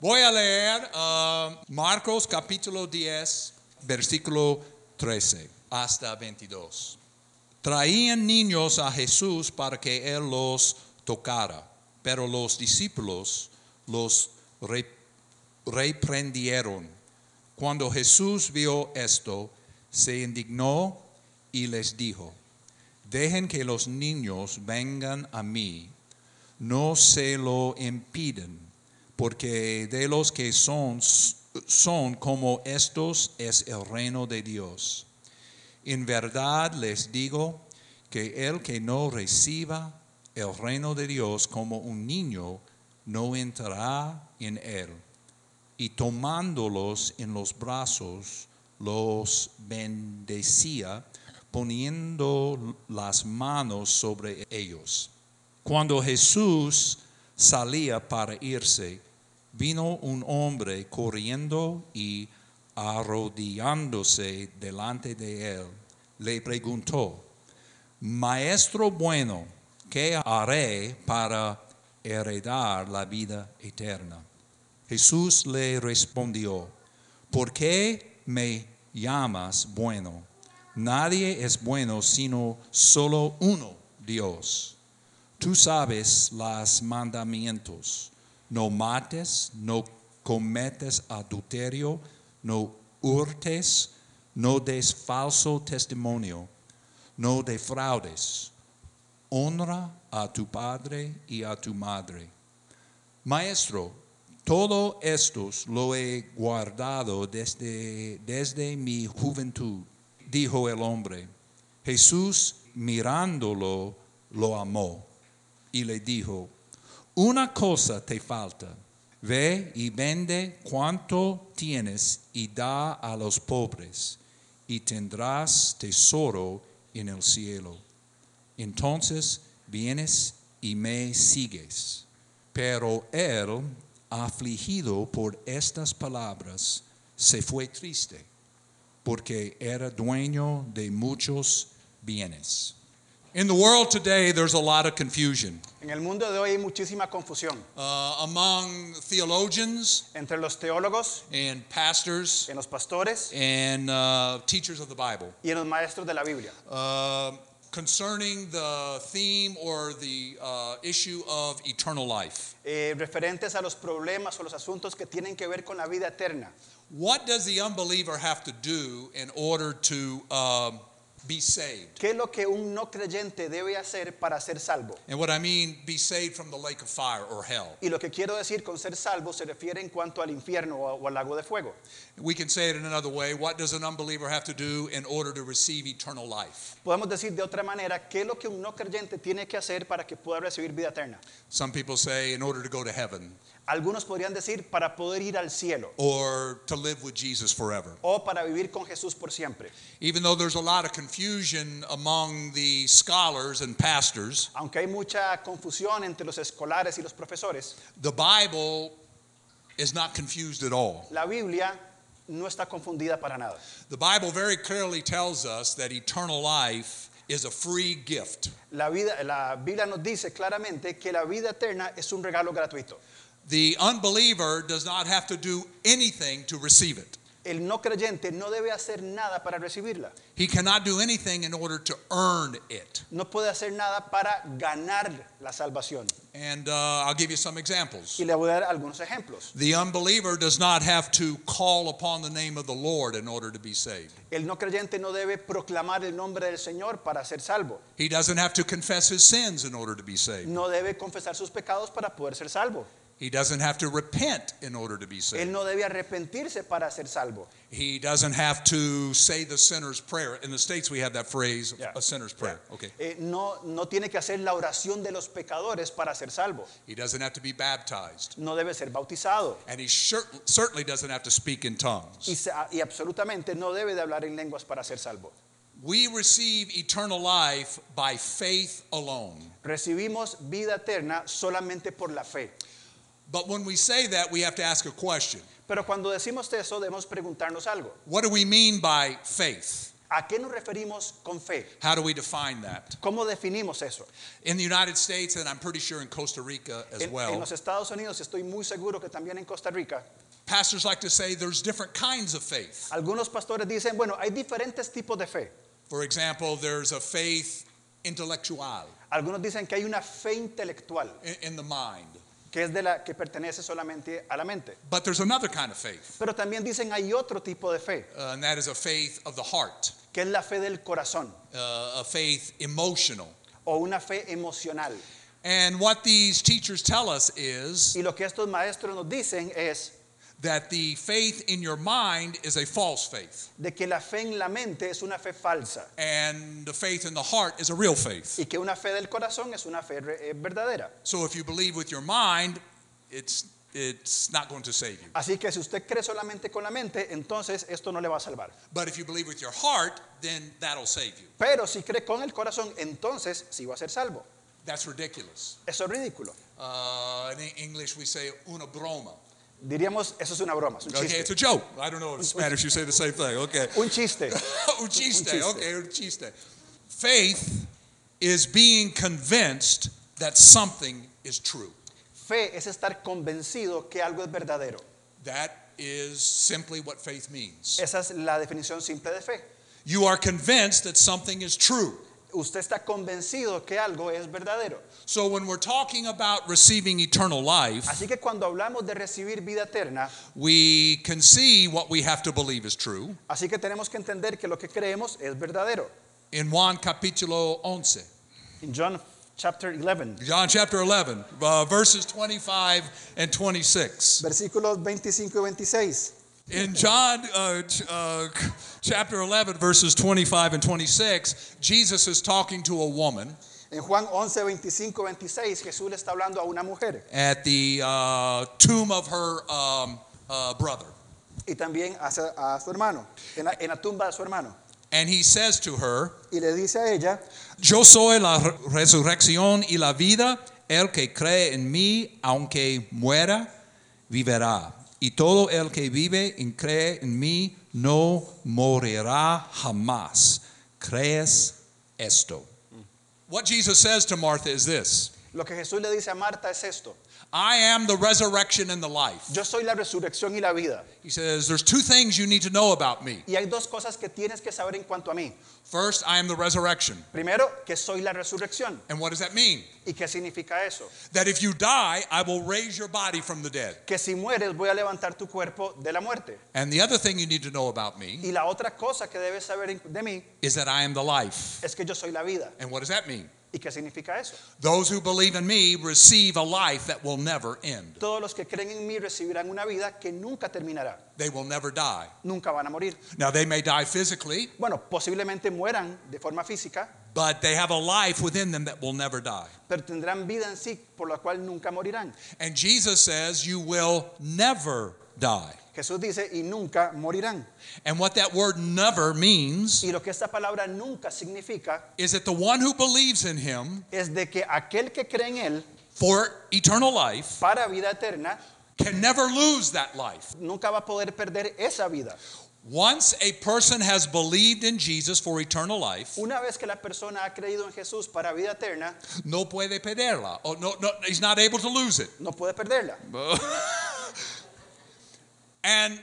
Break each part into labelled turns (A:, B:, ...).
A: Voy a leer ah, Marcos capítulo 10, versículo 13 hasta 22. Traían niños a Jesús para que él los tocara, pero los discípulos los re- reprendieron. Cuando Jesús vio esto, se indignó y les dijo, dejen que los niños vengan a mí, no se lo impiden, porque de los que son, son como estos es el reino de Dios. En verdad les digo que el que no reciba el reino de Dios como un niño, no entrará en él. Y tomándolos en los brazos, los bendecía, poniendo las manos sobre ellos. Cuando Jesús salía para irse, vino un hombre corriendo y arrodillándose delante de él, le preguntó, Maestro bueno, ¿qué haré para heredar la vida eterna? Jesús le respondió, ¿por qué me llamas bueno? Nadie es bueno sino solo uno, Dios. Tú sabes los mandamientos. No mates, no cometes adulterio, no hurtes, no des falso testimonio, no defraudes. Honra a tu padre y a tu madre. Maestro, todo esto lo he guardado desde, desde mi juventud, dijo el hombre. Jesús, mirándolo, lo amó y le dijo, una cosa te falta, ve y vende cuanto tienes y da a los pobres, y tendrás tesoro en el cielo. Entonces vienes y me sigues. Pero él, afligido por estas palabras, se fue triste, porque era dueño de muchos bienes. In the world today, there's a lot of confusion
B: En el mundo de hoy hay muchísima confusión
A: uh, among theologians
B: entre los teólogos,
A: and pastors
B: en los pastores
A: and uh, teachers of the Bible
B: y en los maestros de la Biblia
A: uh, concerning the theme or the uh, issue of eternal life.
B: eh, referentes a los problemas o los asuntos que tienen que ver con la vida eterna.
A: What does the unbeliever have to do in order to um, be saved?
B: ¿Qué es lo que un no creyente debe hacer para ser salvo?
A: And what I mean, be saved from the lake of fire or hell.
B: Y lo que quiero decir con ser salvo se refiere en cuanto al infierno o, o al lago de fuego.
A: We can say it in another way. What does an unbeliever have to do in order to receive eternal life?
B: Podemos decir de otra manera, ¿qué es lo que un no creyente tiene que hacer para que pueda recibir vida eterna?
A: Some people say in order to go to heaven
B: Algunos podrían decir para poder ir al cielo
A: or to live with Jesus forever.
B: o para vivir con Jesús por siempre.
A: Even though there's a lot of confusion among the scholars and pastors,
B: Aunque hay mucha confusión entre los escolares y los profesores,
A: the Bible is not confused at all.
B: la Biblia no está confundida para nada.
A: The Bible very clearly tells us that eternal life is a free gift.
B: La, vida, la Biblia nos dice claramente que la vida eterna es un regalo gratuito.
A: The unbeliever does not have to do anything to receive it.
B: El no creyente no debe hacer nada para recibirla.
A: He cannot do anything in order to earn it.
B: No puede hacer nada para ganar la salvación.
A: And uh, I'll give you some examples.
B: Y le voy a dar algunos ejemplos.
A: The unbeliever does not have to call upon the name of the Lord in order to be saved.
B: El no creyente no debe proclamar el nombre del Señor para ser salvo.
A: He doesn't have to confess his sins in order to be saved.
B: No debe confesar sus pecados para poder ser salvo.
A: He doesn't have to repent in order to be
B: Él
A: saved.
B: no debe arrepentirse para ser salvo.
A: He doesn't have to say the sinner's prayer. In the States, we have that phrase,
B: Yeah.
A: a sinner's prayer. Okay.
B: Eh, no, no tiene que hacer la oración de los pecadores para ser salvo.
A: He doesn't have to be baptized.
B: No debe ser bautizado.
A: And he cer- certainly doesn't have to speak in
B: Y,
A: tongues.
B: se- ah, y absolutamente no debe de hablar en lenguas para ser salvo.
A: We receive eternal life by faith alone.
B: Recibimos vida eterna solamente por la fe.
A: But when we say that, we have to ask a question
B: Pero cuando decimos eso debemos preguntarnos algo.
A: What do we mean by faith?
B: ¿A qué nos referimos con fe?
A: How do we define that?
B: ¿Cómo definimos eso?
A: In the United States, and I'm pretty sure in Costa Rica as
B: En, en
A: well,
B: los Estados Unidos, y estoy muy seguro que también en Costa Rica,
A: pastors like to say there's different kinds of faith.
B: algunos pastores dicen, bueno, hay diferentes tipos de fe.
A: For example, there's a faith intellectual
B: Algunos dicen que hay una fe intelectual,
A: in, in the mind,
B: que es de la que pertenece solamente a la mente.
A: but there's another kind of faith,
B: Pero también dicen hay otro tipo de fe,
A: uh, and that is a faith of the heart,
B: que es la fe del corazón
A: uh, a faith emotional.
B: o una fe emocional.
A: And what these teachers tell us is
B: Y lo que estos maestros nos dicen es
A: that the faith in your mind is a false faith,
B: de que la fe en la mente es una fe falsa
A: and the faith in the heart is a real faith.
B: y que una fe del corazón es una fe re- eh, verdadera.
A: So if you believe with your mind, it's it's not going to save you.
B: Así que si usted cree solamente con la mente, entonces esto no le va a salvar.
A: But if you believe with your heart, then that'll save you.
B: Pero si cree con el corazón, entonces sí va a ser salvo.
A: That's ridiculous.
B: Eso es ridículo.
A: Uh, in English, we say una broma.
B: Diríamos, eso es una broma, es un
A: Okay,
B: chiste.
A: it's a joke. I don't know if in Spanish you say the same thing. Okay.
B: Un chiste.
A: un chiste.
B: chiste.
A: Okay, un chiste. Faith is being convinced that something is true.
B: Fe es estar convencido que algo es verdadero.
A: That is simply what faith means.
B: Esa es la definición simple de fe.
A: You are convinced that something is true.
B: Usted está convencido que algo es verdadero.
A: So when we're talking about receiving eternal life,
B: Así que cuando hablamos de recibir vida eterna,
A: we can see what we have to believe is true.
B: así que tenemos que entender que lo que creemos es verdadero.
A: In Juan capítulo 11,
B: En John chapter 11,
A: John chapter 11, uh, verses 25 and 26.
B: versículos 25 y 26.
A: In John uh, ch- uh, chapter 11, verses 25 and 26, Jesus is talking to a woman
B: En Juan 11, 25 y 26, Jesús le está hablando a una mujer
A: at the uh, tomb of her um, uh, brother.
B: y también a, su- a su hermano, en la, en la tumba de su hermano.
A: And he says to her,
B: Y le dice a ella,
A: Yo soy la re- resurrección y la vida. El que cree en mí, aunque muera, vivirá. Y todo el que vive y cree en mí no morirá jamás. ¿Crees esto? What Jesus says to Martha is this
B: lo que Jesús le dice a Marta es esto,
A: I am the resurrection and the life.
B: yo soy la resurrección y la vida.
A: He says, There's two things you need to know about me.
B: Y hay dos cosas que tienes que saber en cuanto a mí.
A: First, I am the resurrection.
B: Primero, que soy la resurrección.
A: And what does that mean?
B: ¿Y qué significa eso?
A: That if you die, I will raise your body from the dead.
B: Que si mueres voy a levantar tu cuerpo de la muerte.
A: And the other thing you need to know about me
B: Y la otra cosa que debes saber en- de mí
A: is that I am the life.
B: es que yo soy la vida.
A: And what does that mean?
B: ¿Y qué significa eso?
A: Those who believe in me receive a life that will never end.
B: Todos los que creen en mí recibirán una vida que nunca terminará.
A: They will never die.
B: Nunca van a morir.
A: Now, they may die physically,
B: Bueno, posiblemente mueran de forma física,
A: but they have a life within them that will never die.
B: pero tendrán vida en sí por la cual nunca morirán.
A: And Jesus says, You will never die.
B: Jesús dice, y nunca morirán.
A: And what that word never means
B: Y lo que esta palabra nunca significa
A: is that the one who believes in him
B: es de que aquel que cree en Él
A: for eternal life
B: para vida eterna
A: can never lose that life.
B: nunca va a poder perder esa vida.
A: Once a person has believed in Jesus for eternal life,
B: Una vez que la persona ha creído en Jesús para vida eterna,
A: no puede perderla. Oh, no, no, he's not able to lose it.
B: no puede perderla.
A: and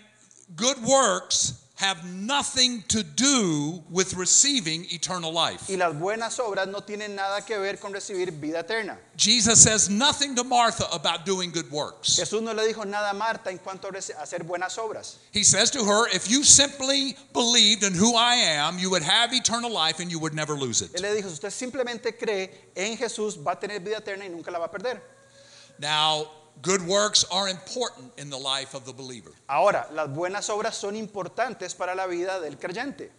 A: good works have nothing to do with receiving eternal life.
B: Y las buenas obras no tienen nada que ver con recibir vida eterna.
A: Jesus says nothing to Martha about doing good works.
B: Jesús no le dijo nada a Marta en cuanto a reci- hacer buenas obras.
A: He says to her, If you simply believed in who I am, you would have eternal life and you would never lose
B: Él
A: it.
B: le dijo, si usted simplemente cree en Jesús, va a tener vida eterna y nunca la va a perder.
A: Now, good works are important in the life of the believer,
B: Ahora, las buenas obras son importantes para la vida del creyente,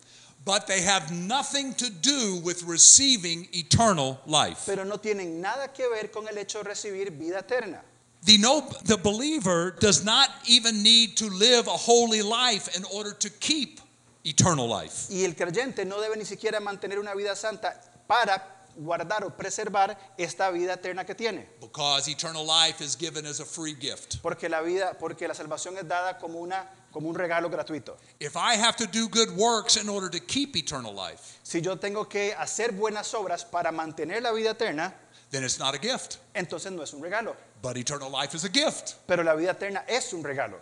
A: but they have nothing to do with receiving eternal life.
B: pero no tienen nada que ver con el hecho de recibir vida eterna.
A: The, no, the believer does not even need to live a holy life in order to keep eternal life.
B: Y el creyente no debe ni siquiera mantener una vida santa para guardar o preservar esta vida eterna que tiene.
A: because eternal life is given as a free gift.
B: Porque la vida, porque la salvación es dada como una como un regalo gratuito.
A: If I have to do good works in order to keep eternal life,
B: Si yo tengo que hacer buenas obras para mantener la vida eterna,
A: then it's not a gift.
B: entonces no es un regalo,
A: But eternal life is a gift.
B: pero la vida eterna es un regalo.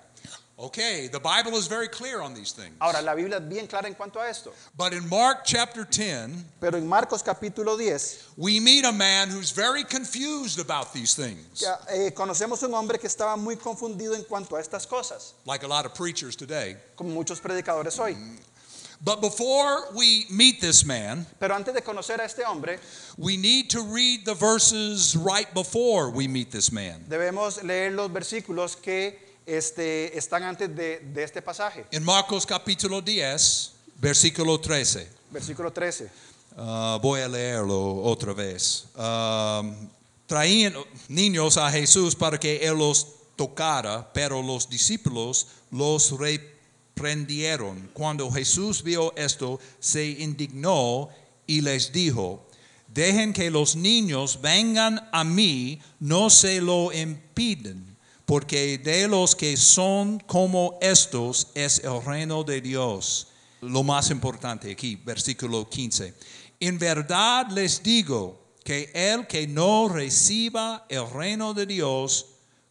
A: Okay, the Bible is very clear on these things.
B: Ahora, la Biblia es bien clara en cuanto a esto,
A: But in Mark chapter 10,
B: pero en Marcos capítulo 10
A: we meet a man who's very confused about these things,
B: ya, eh, conocemos un hombre que estaba muy confundido en cuanto a estas cosas,
A: like a lot of preachers today.
B: como muchos predicadores hoy.
A: But before we meet this man,
B: Pero antes de conocer a este hombre,
A: we need to read the verses right before we meet this man.
B: debemos leer los versículos que este, están antes de, de este pasaje.
A: En Marcos capítulo 10, versículo 13.
B: Versículo 13.
A: Ah, voy a leerlo otra vez. Ah, traían niños a Jesús para que él los tocara, pero los discípulos los reprendieron. Cuando Jesús vio esto, se indignó y les dijo, dejen que los niños vengan a mí, no se lo impiden, porque de los que son como estos es el reino de Dios. Lo más importante aquí, versículo 15. En verdad les digo que el que no reciba el reino de Dios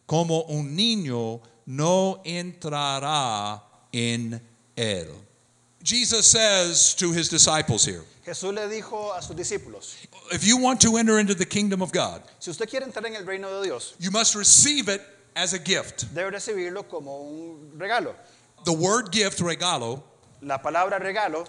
A: como un niño no entrará en él. Jesus says to his disciples here,
B: Jesús le dijo a sus discípulos,
A: if you want to enter into the kingdom of God,
B: si usted quiere entrar en el reino de Dios,
A: You must receive it as a gift.
B: debe recibirlo como un regalo.
A: The word gift, regalo,
B: La palabra regalo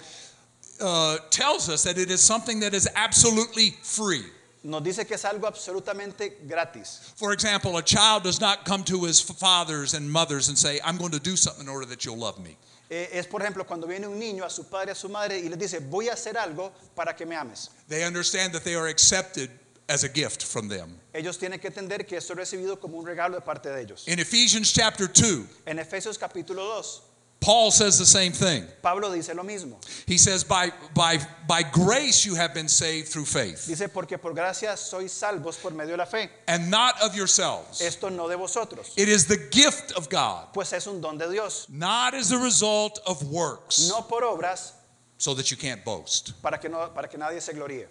A: uh, tells us that it is something that is absolutely free.
B: nos dice que es algo absolutamente gratis.
A: For example, a child does not come to his fathers and mothers and say, I'm going to do something in order that you'll love me.
B: Eh, es, por ejemplo, cuando viene un niño a su padre, a su madre y les dice, voy a hacer algo para que me ames.
A: They understand that they are accepted as a gift from them.
B: Ellos tienen que entender que esto es recibido como un regalo de parte de ellos.
A: In Ephesians chapter 2,
B: En Efesios capítulo 2,
A: Paul says the same thing.
B: Pablo dice lo mismo.
A: He says, By, by, by grace you have been saved through faith,
B: Dice, porque por gracia sois salvos por medio de la fe.
A: and not of yourselves.
B: Esto no de vosotros,
A: It is the gift of God.
B: pues es un don de Dios.
A: not as a result of works,
B: No por obras
A: so that you can't boast.
B: para que, no, para que nadie se gloríe.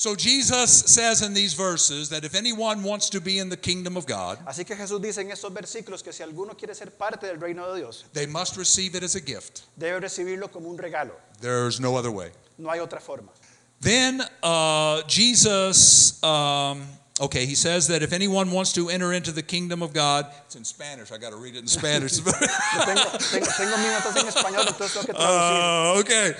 A: So Jesus says in these verses that if anyone wants to be in the kingdom of God,
B: Así que Jesús dice en estos versículos que si alguno quiere ser parte del reino de Dios,
A: they must receive it as a gift.
B: debe recibirlo como un regalo.
A: There's no other way.
B: No hay otra forma.
A: Then uh, Jesus, um, okay, he says that if anyone wants to enter into the kingdom of God, it's in Spanish. I got to read it in Spanish.
B: Yo tengo, tengo, tengo mis notas en español, entonces tengo que traducir.
A: Uh, okay.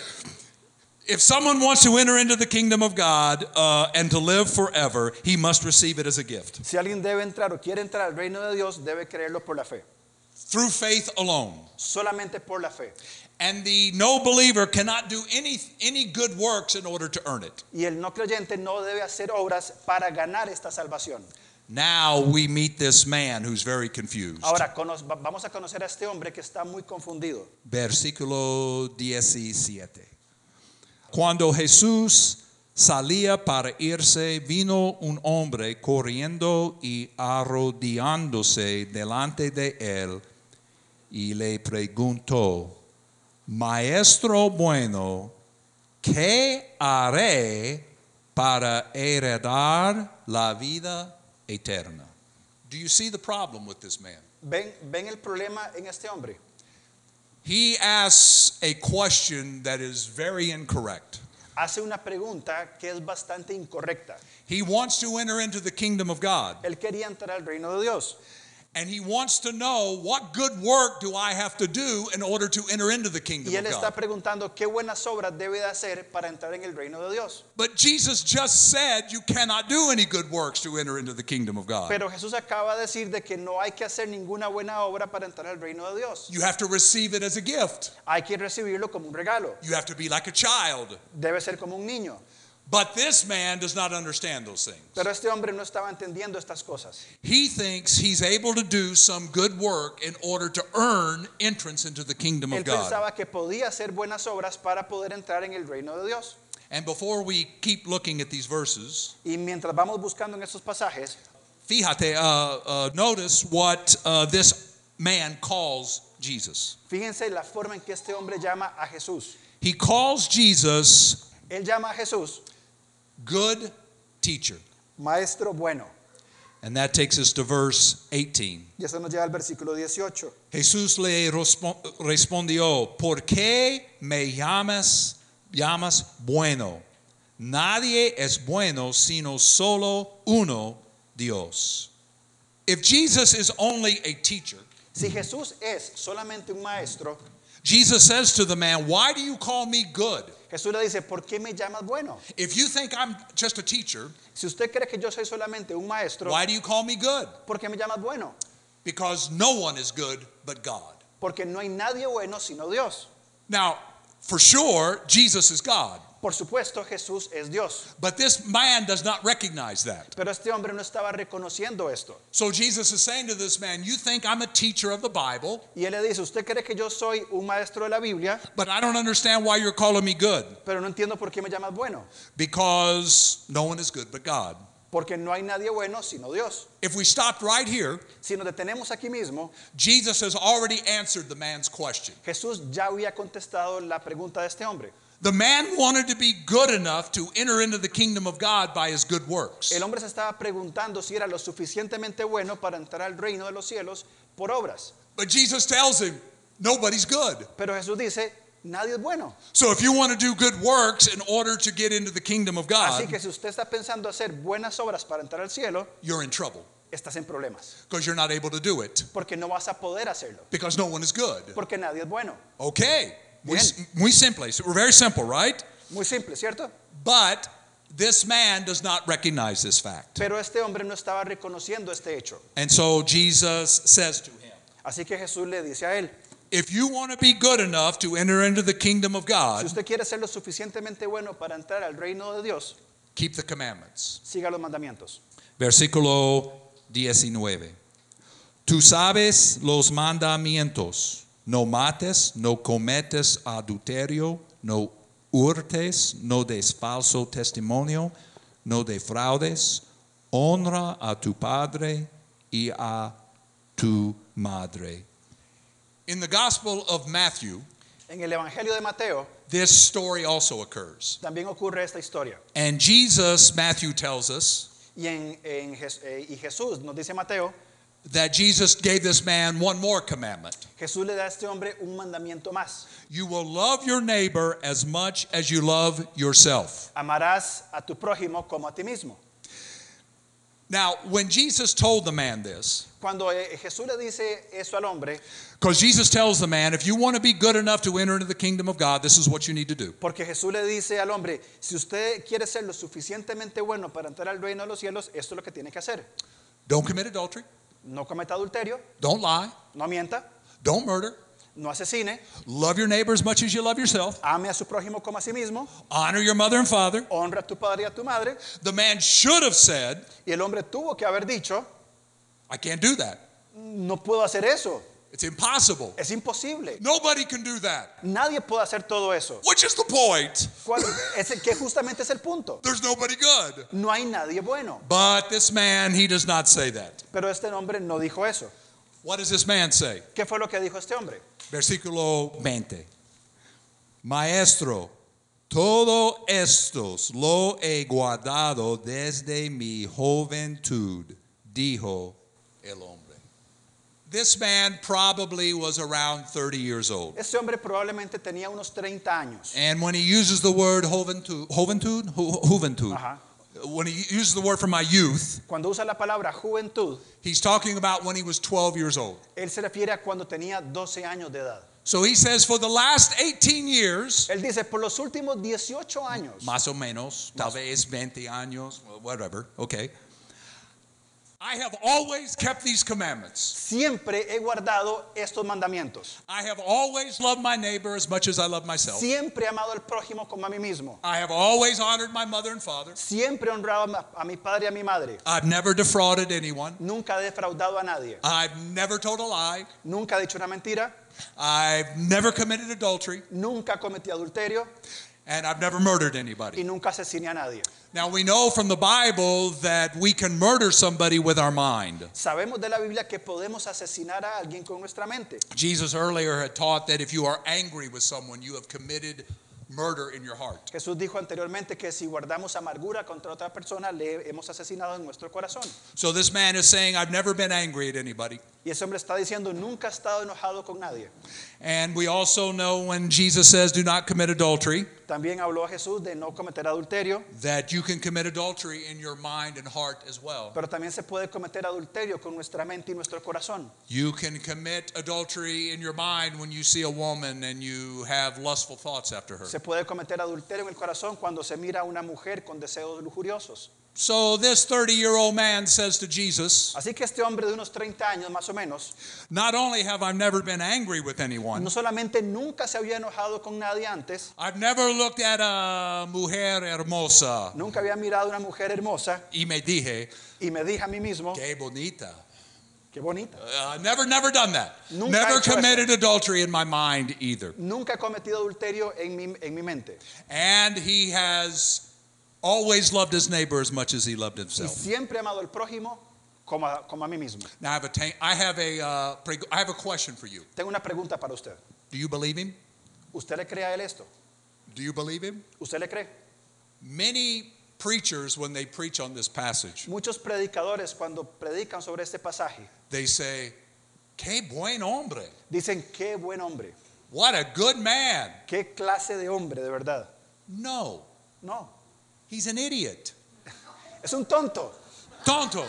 A: If someone wants to enter into the kingdom of God uh, and to live forever, he must receive it as a gift
B: Si alguien debe entrar o quiere entrar al reino de Dios, debe creerlo por la fe.
A: through faith alone.
B: Solamente por la fe.
A: And the no believer cannot do any, any good works in order to earn it.
B: Y el no creyente no debe hacer obras para ganar esta salvación.
A: Now we meet this man who's very confused.
B: Ahora cono- va- vamos a conocer a este hombre que está muy confundido.
A: Versículo 17. Cuando Jesús salía para irse, vino un hombre corriendo y arrodillándose delante de él y le preguntó, Maestro bueno, ¿qué haré para heredar la vida eterna? Do you see the problem with this man?
B: ¿Ven, ven el problema en este hombre?
A: He asks a question that is very incorrect.
B: Hace una pregunta que es bastante incorrecta.
A: He wants to enter into the kingdom of God,
B: Él quería entrar al reino de Dios
A: and he wants to know what good work do I have to do in order to enter into the kingdom
B: y él
A: of
B: está
A: God.
B: preguntando qué buenas obras debe de hacer para entrar en el reino de Dios.
A: But Jesus just said you cannot do any good works to enter into the kingdom of God.
B: Pero Jesús acaba de decir de que no hay que hacer ninguna buena obra para entrar al reino de Dios.
A: You have to receive it as a gift.
B: Hay que recibirlo como un regalo.
A: You have to be like a child.
B: Debe ser como un niño.
A: But this man does not understand those things.
B: Pero este hombre no estaba entendiendo estas cosas.
A: He thinks he's able to do some good work in order to earn entrance into the kingdom
B: Él
A: of God.
B: pensaba que podía hacer buenas obras para poder entrar en el reino de Dios.
A: And before we keep looking at these verses,
B: Y mientras vamos buscando en esos pasajes,
A: fíjate, uh, uh, notice what uh, this man calls Jesus.
B: fíjense la forma en que este hombre llama a Jesús.
A: He calls Jesus
B: Él llama a Jesús
A: good teacher.
B: maestro bueno.
A: And that takes us to verse 18.
B: Y eso nos lleva al versículo 18.
A: Jesús le respo- respondió, ¿por qué me llamas, llamas bueno? Nadie es bueno sino solo uno, Dios. If Jesus is only a teacher,
B: Si Jesús es solamente un maestro,
A: Jesus says to the man, Why do you call me good?
B: Jesús le dice, ¿por qué me llamas bueno?
A: If you think I'm just a teacher,
B: Si usted cree que yo soy solamente un maestro,
A: why do you call me good?
B: ¿por qué me llamas bueno?
A: Because no one is good but God.
B: Porque no hay nadie bueno sino Dios.
A: Now, for sure, Jesus is God,
B: Por supuesto, Jesús es Dios,
A: but this man does not recognize that.
B: pero este hombre no estaba reconociendo esto.
A: So Jesus is saying to this man, You think I'm a teacher of the Bible,
B: Y él le dice, usted cree que yo soy un maestro de la Biblia,
A: but I don't understand why you're calling me good.
B: pero no entiendo por qué me llamas bueno,
A: Because no one is good but God.
B: porque no hay nadie bueno sino Dios.
A: If we stopped right here,
B: Si nos detenemos aquí mismo,
A: Jesus has already answered the man's question.
B: Jesús ya había contestado la pregunta de este hombre.
A: The man wanted to be good enough to enter into the kingdom of God by his good works.
B: El hombre se estaba preguntando si era lo suficientemente bueno para entrar al reino de los cielos por obras.
A: But Jesus tells him, nobody's good.
B: Pero Jesús dice, nadie es bueno.
A: So if you want to do good works in order to get into the kingdom of
B: Así
A: God,
B: que si usted está pensando hacer buenas obras para entrar al cielo,
A: you're in trouble
B: estás en problemas,
A: because you're not able to do it
B: porque no vas a poder hacerlo,
A: because no one is good.
B: porque nadie es bueno.
A: Okay. Muy, muy simple. So we're very simple, right?
B: Muy simple, ¿cierto?
A: But this man does not recognize this fact.
B: Pero este hombre no estaba reconociendo este hecho.
A: And so Jesus says to him,
B: Así que Jesús le dice a él,
A: if you want to be good enough to enter into the kingdom of
B: si
A: God,
B: usted quiere ser lo suficientemente bueno para entrar al reino de Dios,
A: keep the commandments.
B: siga los mandamientos.
A: Versículo 19. Tú sabes los mandamientos. No mates, no cometes adulterio, no hurtes, no des falso testimonio, no defraudes. Honra a tu padre y a tu madre. In the Gospel of Matthew,
B: En el Evangelio de Mateo
A: this story also occurs.
B: también ocurre esta historia.
A: And Jesus, Matthew tells us,
B: Y, en, en Jes- eh, y Jesús nos dice Mateo,
A: that Jesus gave this man one more commandment.
B: Jesús le da a este hombre un mandamiento más.
A: You will love your neighbor as much as you love yourself.
B: Amarás a tu prójimo como a ti mismo.
A: Now, when Jesus told the man this,
B: Cuando eh, Jesús le dice eso al hombre,
A: because Jesus tells the man, if you want to be good enough to enter into the kingdom of God, this is what you need to do.
B: porque Jesús le dice al hombre, si usted quiere ser lo suficientemente bueno para entrar al reino de los cielos, esto es lo que tiene que hacer.
A: Don't commit adultery,
B: No cometa adulterio,
A: don't lie,
B: no mienta,
A: don't murder,
B: no asesine,
A: love your neighbor as much as you love yourself,
B: ame a su prójimo como a sí mismo,
A: honor your mother and father.
B: honra a tu padre y a tu madre.
A: The man should have said,
B: Y el hombre tuvo que haber dicho,
A: I can't do that.
B: no puedo hacer eso,
A: It's impossible.
B: es imposible.
A: Nobody can do that.
B: Nadie puede hacer todo eso.
A: Which is the point.
B: ¿Cuál es el- que justamente es el punto.
A: There's nobody good.
B: No hay nadie bueno,
A: But this man, he does not say that.
B: pero este hombre no dijo eso.
A: What does this man say?
B: ¿Qué fue lo que dijo este hombre?
A: Versículo 20. Maestro, todo estos lo he guardado desde mi juventud, dijo el hombre. This man probably was around 30 years old.
B: Este hombre probablemente tenía unos 30 años.
A: And when he uses the word juventud, juventud, Ju- juventud,
B: Ajá.
A: when he uses the word for my youth,
B: Cuando usa la palabra juventud,
A: he's talking about when he was 12 years old.
B: él se refiere a cuando tenía 12 años de edad.
A: So he says, for the last 18 years,
B: Él dice, por los últimos 18 años,
A: más o menos, tal vez 20 años, whatever, okay. I have always kept these commandments.
B: siempre he guardado estos mandamientos.
A: I have always loved my neighbor as much as I love myself.
B: Siempre he amado al prójimo como a mí mismo.
A: I have always honored my mother and father.
B: Siempre he honrado a a mi padre y a mi madre.
A: I've never defrauded anyone.
B: Nunca he defraudado a nadie.
A: I've never told a lie.
B: Nunca he dicho una mentira.
A: I've never committed adultery.
B: Nunca cometí adulterio.
A: and I've never murdered
B: y
A: anybody.
B: nunca asesine a nadie.
A: Now we know from the Bible that we can murder somebody with our mind.
B: Sabemos de la Biblia que podemos asesinar a alguien con nuestra mente.
A: Jesus earlier had taught that if you are angry with someone, you have committed murder in your heart.
B: Jesús dijo anteriormente que si guardamos amargura contra otra persona, le hemos asesinado en nuestro corazón.
A: So this man is saying, I've never been angry at anybody.
B: Y ese hombre está diciendo, nunca he estado enojado con nadie.
A: And we also know when Jesus says, do not commit adultery,
B: También habló a Jesús de no cometer adulterio,
A: that you can commit adultery in your mind and heart as well.
B: pero también se puede cometer adulterio con nuestra mente y nuestro corazón.
A: You can commit adultery in your mind when you see a woman and you have lustful thoughts after her.
B: Se puede cometer adulterio en el corazón cuando se mira a una mujer con deseos lujuriosos.
A: So this 30 year old man says to Jesus,
B: Así que este hombre de unos 30 años más o menos,
A: Not only have I never been angry with anyone,
B: no solamente nunca se había enojado con nadie antes,
A: I've never looked at a mujer hermosa.
B: nunca había mirado a una mujer hermosa
A: Y me dije,
B: y me dije a mí mismo,
A: que bonita.
B: qué bonita.
A: Uh, never, never done that.
B: Nunca he
A: never
B: hecho eso.
A: committed adultery in my mind either.
B: Nunca he cometido adulterio en mi, en mi mente.
A: And he has always loved his neighbor as much as he loved
B: Y
A: himself.
B: siempre he amado al prójimo como a, como a mí mismo.
A: Now I have a, ta- I have a, uh, preg- I have a question for you.
B: Tengo una pregunta para usted.
A: Do you believe him?
B: ¿Usted le cree a él esto?
A: Do you believe him?
B: ¿Usted le cree?
A: Many preachers, when they preach on this passage,
B: Muchos predicadores cuando predican sobre este pasaje
A: they say, "Qué buen hombre!
B: dicen, qué buen hombre,
A: What a good man!"
B: qué clase de hombre de verdad.
A: No,
B: No,
A: he's an idiot.
B: es un tonto.
A: Tonto.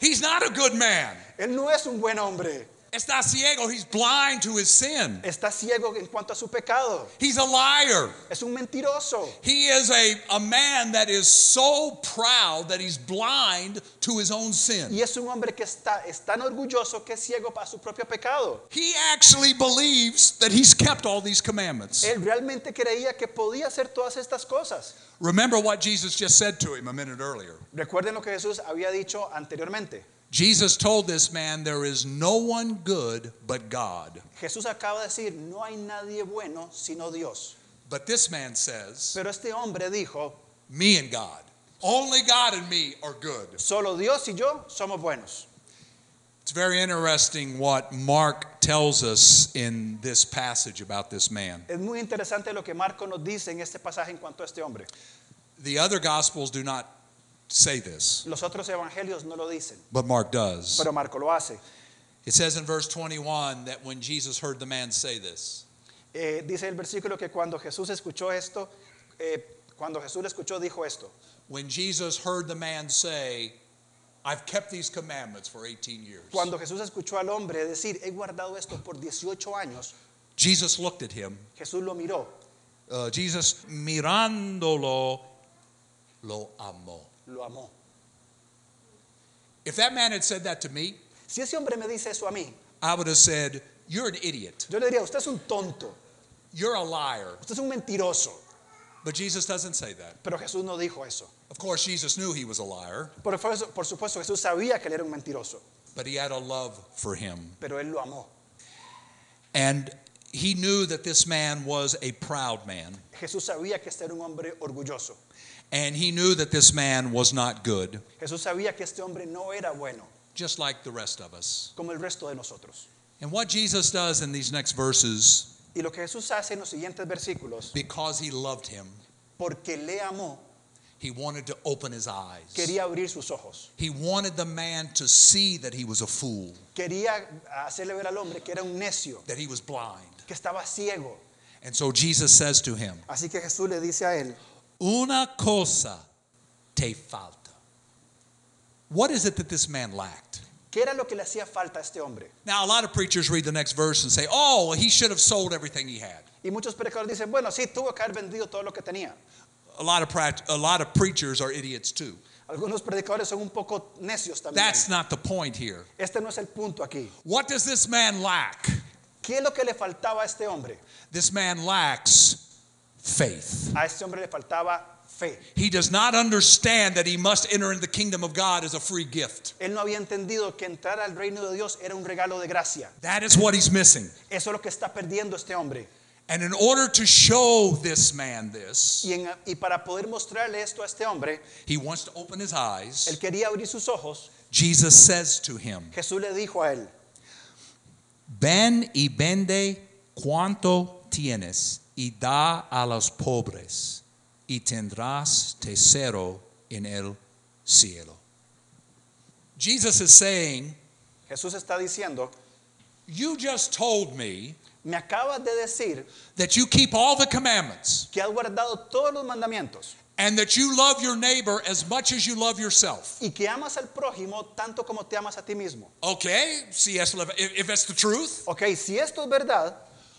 A: He's not a good man.
B: Él no es un buen hombre.
A: Está ciego. He's blind to his sin.
B: Está ciego en cuanto a su pecado.
A: He's a liar.
B: Es un mentiroso.
A: He is a, a man that is so proud that he's blind to his own sin.
B: Y es un hombre que está, es tan orgulloso que es ciego para su propio pecado.
A: He actually believes that he's kept all these commandments.
B: Él realmente creía que podía hacer todas estas cosas.
A: Remember what Jesus just said to him a minute earlier.
B: Recuerden lo que Jesús había dicho anteriormente.
A: Jesus told this man, There is no one good but God.
B: Jesús acaba de decir, no hay nadie bueno sino Dios.
A: But this man says,
B: Pero este hombre dijo,
A: Me and God. Only God and me are good.
B: solo Dios y yo somos buenos.
A: It's very interesting what Mark tells us in this passage about this man.
B: Es muy interesante lo que Marco nos dice en este pasaje en cuanto a este hombre.
A: The other gospels do not say this,
B: Los otros evangelios no lo dicen,
A: but Mark does.
B: pero Marco lo hace.
A: It says in verse 21 that when Jesus heard the man say this,
B: Eh, dice el versículo que cuando Jesús escuchó esto, eh, cuando Jesús lo escuchó dijo esto.
A: when Jesus heard the man say, I've kept these commandments for 18 years.
B: Cuando Jesús escuchó al hombre decir, he guardado esto por 18 años,
A: Jesus looked at him.
B: Jesús lo miró,
A: Uh, Jesus mirándolo lo amó.
B: lo amó.
A: If that man had said that to me,
B: Si ese hombre me dice eso a mí,
A: I would have said, "You're an idiot.
B: yo le diría, usted es un tonto,
A: You're a liar."
B: usted es un mentiroso.
A: But Jesus doesn't say that.
B: Pero Jesús no dijo eso.
A: Of course, Jesus knew he was a liar,
B: Por, supuesto- por supuesto, Jesús sabía que él era un mentiroso,
A: but he had a love for him.
B: pero él lo amó.
A: And he knew that this man was a proud man,
B: Jesús sabía que este era un hombre orgulloso.
A: and he knew that this man was not good,
B: Jesús sabía que este hombre no era bueno,
A: just like the rest of us.
B: como el resto de nosotros.
A: And what Jesus does in these next verses,
B: Y lo que Jesús hace en los siguientes versículos,
A: because he loved him,
B: porque le amó,
A: he wanted to open his eyes.
B: quería abrir sus ojos,
A: He wanted the man to see that he was a fool,
B: quería hacerle ver al hombre que era un necio,
A: that he was blind.
B: que estaba ciego.
A: And so Jesus says to him,
B: Así que Jesús le dice a él,
A: Una cosa te falta. What is it that this man lacked?
B: ¿qué era lo que le hacía falta a este hombre?
A: Now, a lot of preachers read the next verse and say, oh, well, he should have sold everything he had.
B: Y muchos predicadores dicen, bueno, sí, tuvo que haber vendido todo lo que tenía.
A: A lot of, prac- a lot of preachers are idiots too.
B: Algunos predicadores son un poco necios también.
A: That's not the point here.
B: Este no es el punto aquí.
A: What does this man lack?
B: ¿Qué es lo que le faltaba a este hombre?
A: This man lacks faith.
B: A este hombre le faltaba fe.
A: He does not understand that he must enter into the kingdom of God as a free gift.
B: Él no había entendido que entrar al reino de Dios era un regalo de gracia.
A: That is what he's missing.
B: Eso es lo que está perdiendo este hombre.
A: And in order to show this man this,
B: Y, en- y para poder mostrarle esto a este hombre,
A: he wants to open his
B: él
A: eyes.
B: quería abrir sus ojos.
A: Jesus says to him,
B: Jesús le dijo a él,
A: Ven y vende cuanto tienes y da a los pobres y tendrás tesoro en el cielo. Jesus is saying,
B: Jesús está diciendo,
A: You just told me
B: me acabas de decir
A: that you keep all the commandments
B: que has guardado todos los mandamientos
A: and that you love your neighbor as much as you love yourself.
B: y que amas al prójimo tanto como te amas a ti mismo.
A: Okay, CS, Levin, if if that's the truth,
B: Ok, si esto es verdad,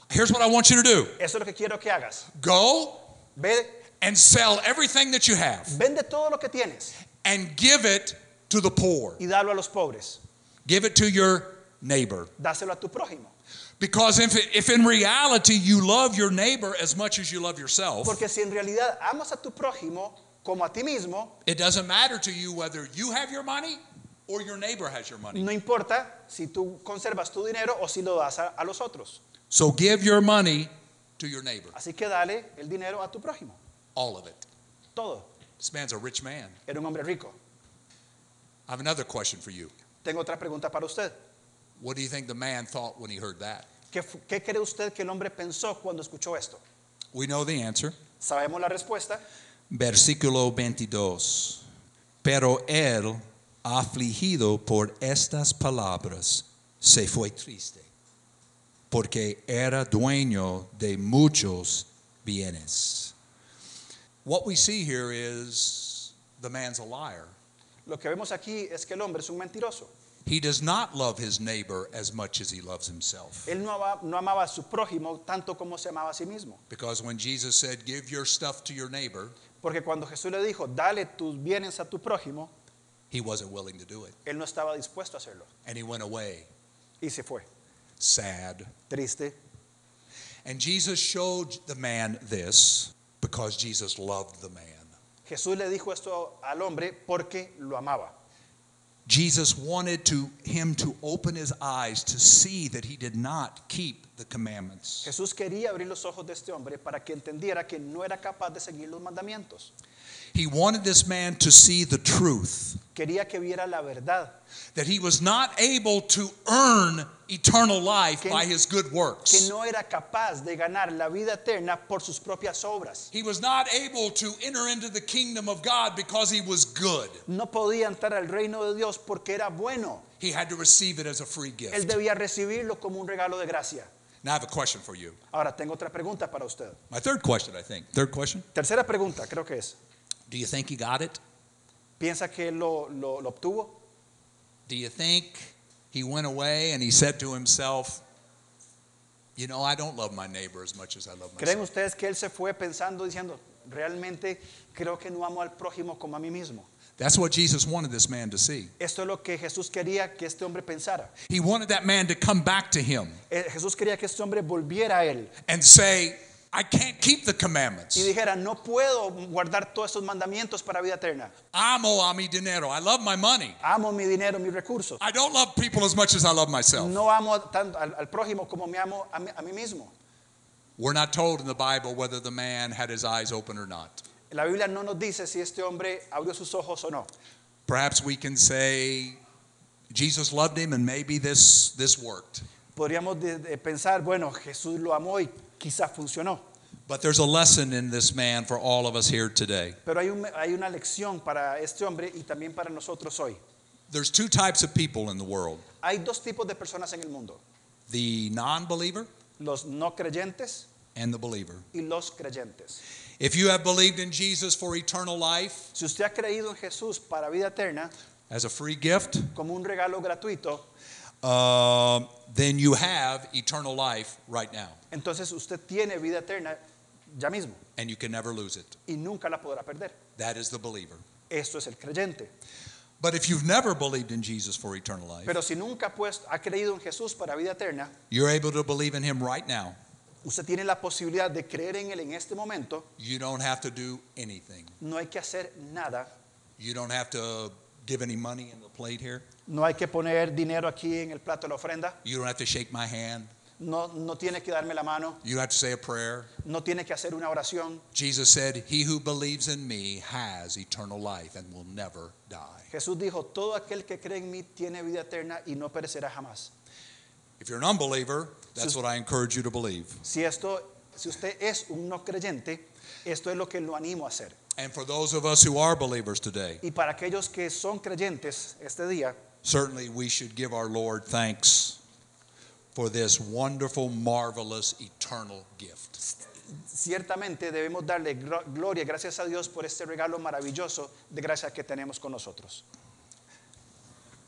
A: here's what I want you to do
B: eso es lo que quiero que hagas.
A: go
B: Ve,
A: and sell everything that you have
B: vende todo lo que tienes
A: and give it to the poor.
B: y dalo a los pobres.
A: Give it to your neighbor.
B: Dáselo a tu prójimo.
A: Because if, if in reality you love your neighbor as much as you love yourself,
B: Porque si en realidad amas a tu prójimo como a ti mismo,
A: it doesn't matter to you whether you have your money or your neighbor has your money.
B: no importa si tú conservas tu dinero o si lo das a, a los otros.
A: So give your money to your neighbor,
B: Así que dale el dinero a tu prójimo.
A: all of it.
B: Todo.
A: This man's a rich man.
B: Era un hombre rico.
A: I have another question for you.
B: Tengo otra pregunta para usted.
A: What do you think the man thought when he heard that?
B: ¿Qué, fu- qué cree usted que el hombre pensó cuando escuchó esto?
A: We know the answer.
B: Sabemos la respuesta.
A: Versículo 22. Pero él, afligido por estas palabras, se fue triste, porque era dueño de muchos bienes. What we see here is the man's a liar.
B: Lo que vemos aquí es que el hombre es un mentiroso.
A: He does not love his neighbor as much as he loves himself.
B: Él no, ama- no amaba a su prójimo tanto como se amaba a sí mismo.
A: Because when Jesus said, Give your stuff to your neighbor,
B: Porque cuando Jesús le dijo, dale tus bienes a tu prójimo,
A: he wasn't willing to do it.
B: él no estaba dispuesto a hacerlo.
A: And he went away
B: Y se fue.
A: sad.
B: Triste.
A: And Jesus showed the man this because Jesus loved the man.
B: Jesús le dijo esto al hombre porque lo amaba.
A: Jesus wanted to him to open his eyes to see that he did not keep the commandments.
B: Jesús quería abrir los ojos de este hombre para que entendiera que no era capaz de seguir los mandamientos.
A: He wanted this man to see the truth
B: Quería que viera la verdad,
A: that he was not able to earn eternal life
B: Que-
A: by his good
B: que
A: works.
B: no era capaz de ganar la vida eterna por sus propias obras.
A: He was not able to enter into the kingdom of God because he was good.
B: No podía entrar al reino de Dios porque era bueno.
A: He had to receive it as a free
B: Él
A: gift.
B: debía recibirlo como un regalo de gracia.
A: Now I have a question for you.
B: Ahora tengo otra pregunta para usted.
A: My third question, I think. Third question.
B: Tercera pregunta, creo que es.
A: Do you think he got it?
B: ¿Piensa que él lo, lo- lo obtuvo?
A: Do you think he went away and he said to himself, You know, I don't love my neighbor as much as I love
B: ¿Creen
A: myself?
B: ustedes que él se fue pensando, diciendo, realmente creo que no amo al prójimo como a mí mismo?
A: That's what Jesus wanted this man to see.
B: Esto es lo que Jesús quería que este hombre pensara.
A: He wanted that man to come back to him
B: Eh, Jesús quería que este hombre volviera a él
A: and say, I can't keep the
B: y
A: commandments.
B: dijera, no puedo guardar todos estos mandamientos para vida eterna.
A: Amo a mi dinero. I love my money.
B: Amo mi dinero, mis recursos.
A: I don't love people as much as I love myself.
B: No amo tanto al, al prójimo como me amo a mí, a mí mismo.
A: We're not told in the Bible whether the man had his eyes open or not.
B: La Biblia no nos dice si este hombre abrió sus ojos o no.
A: Perhaps we can say Jesus loved him and maybe this, this worked.
B: Podríamos de- de pensar, bueno, Jesús lo amó y quizás funcionó.
A: But there's a lesson in this man for all of us here today.
B: Pero hay, un- hay una lección para este hombre y también para nosotros hoy.
A: There's two types of people in the world
B: Hay dos tipos de personas en el mundo,
A: the non believer
B: los no creyentes
A: and the believer.
B: y los creyentes.
A: If you have believed in Jesus for eternal life
B: Si usted ha creído en Jesús para vida eterna
A: as a free gift,
B: como un regalo gratuito,
A: um, then you have eternal life right now
B: entonces usted tiene vida eterna ya mismo
A: and you can never lose it.
B: y nunca la podrá perder.
A: That is the believer.
B: Esto es el creyente.
A: But if you've never believed in Jesus for eternal life,
B: Pero si nunca pues, ha creído en Jesús para vida eterna,
A: you're able to believe in him right now.
B: usted tiene la posibilidad de creer en Él en este momento.
A: You don't have to do anything.
B: No hay que hacer nada.
A: You don't have to give any money in the plate here.
B: No hay que poner dinero aquí en el plato de la ofrenda.
A: You don't have to shake my hand.
B: No, no tiene que darme la mano,
A: You don't have to say a prayer.
B: no tiene que hacer una oración.
A: Jesus said, He who believes in me has eternal life and will never die.
B: Jesús dijo, todo aquel que cree en mí tiene vida eterna y no perecerá jamás.
A: If you're an unbeliever, that's
B: So-
A: what I encourage you to believe.
B: Si esto, si usted es un no creyente, esto es lo que lo animo a hacer.
A: And for those of us who are believers today,
B: Y para aquellos que son creyentes este día,
A: certainly we should give our Lord thanks for this wonderful, marvelous, eternal gift.
B: ciertamente debemos darle gro- gloria, y gracias a Dios por este regalo maravilloso de gracia que tenemos con nosotros.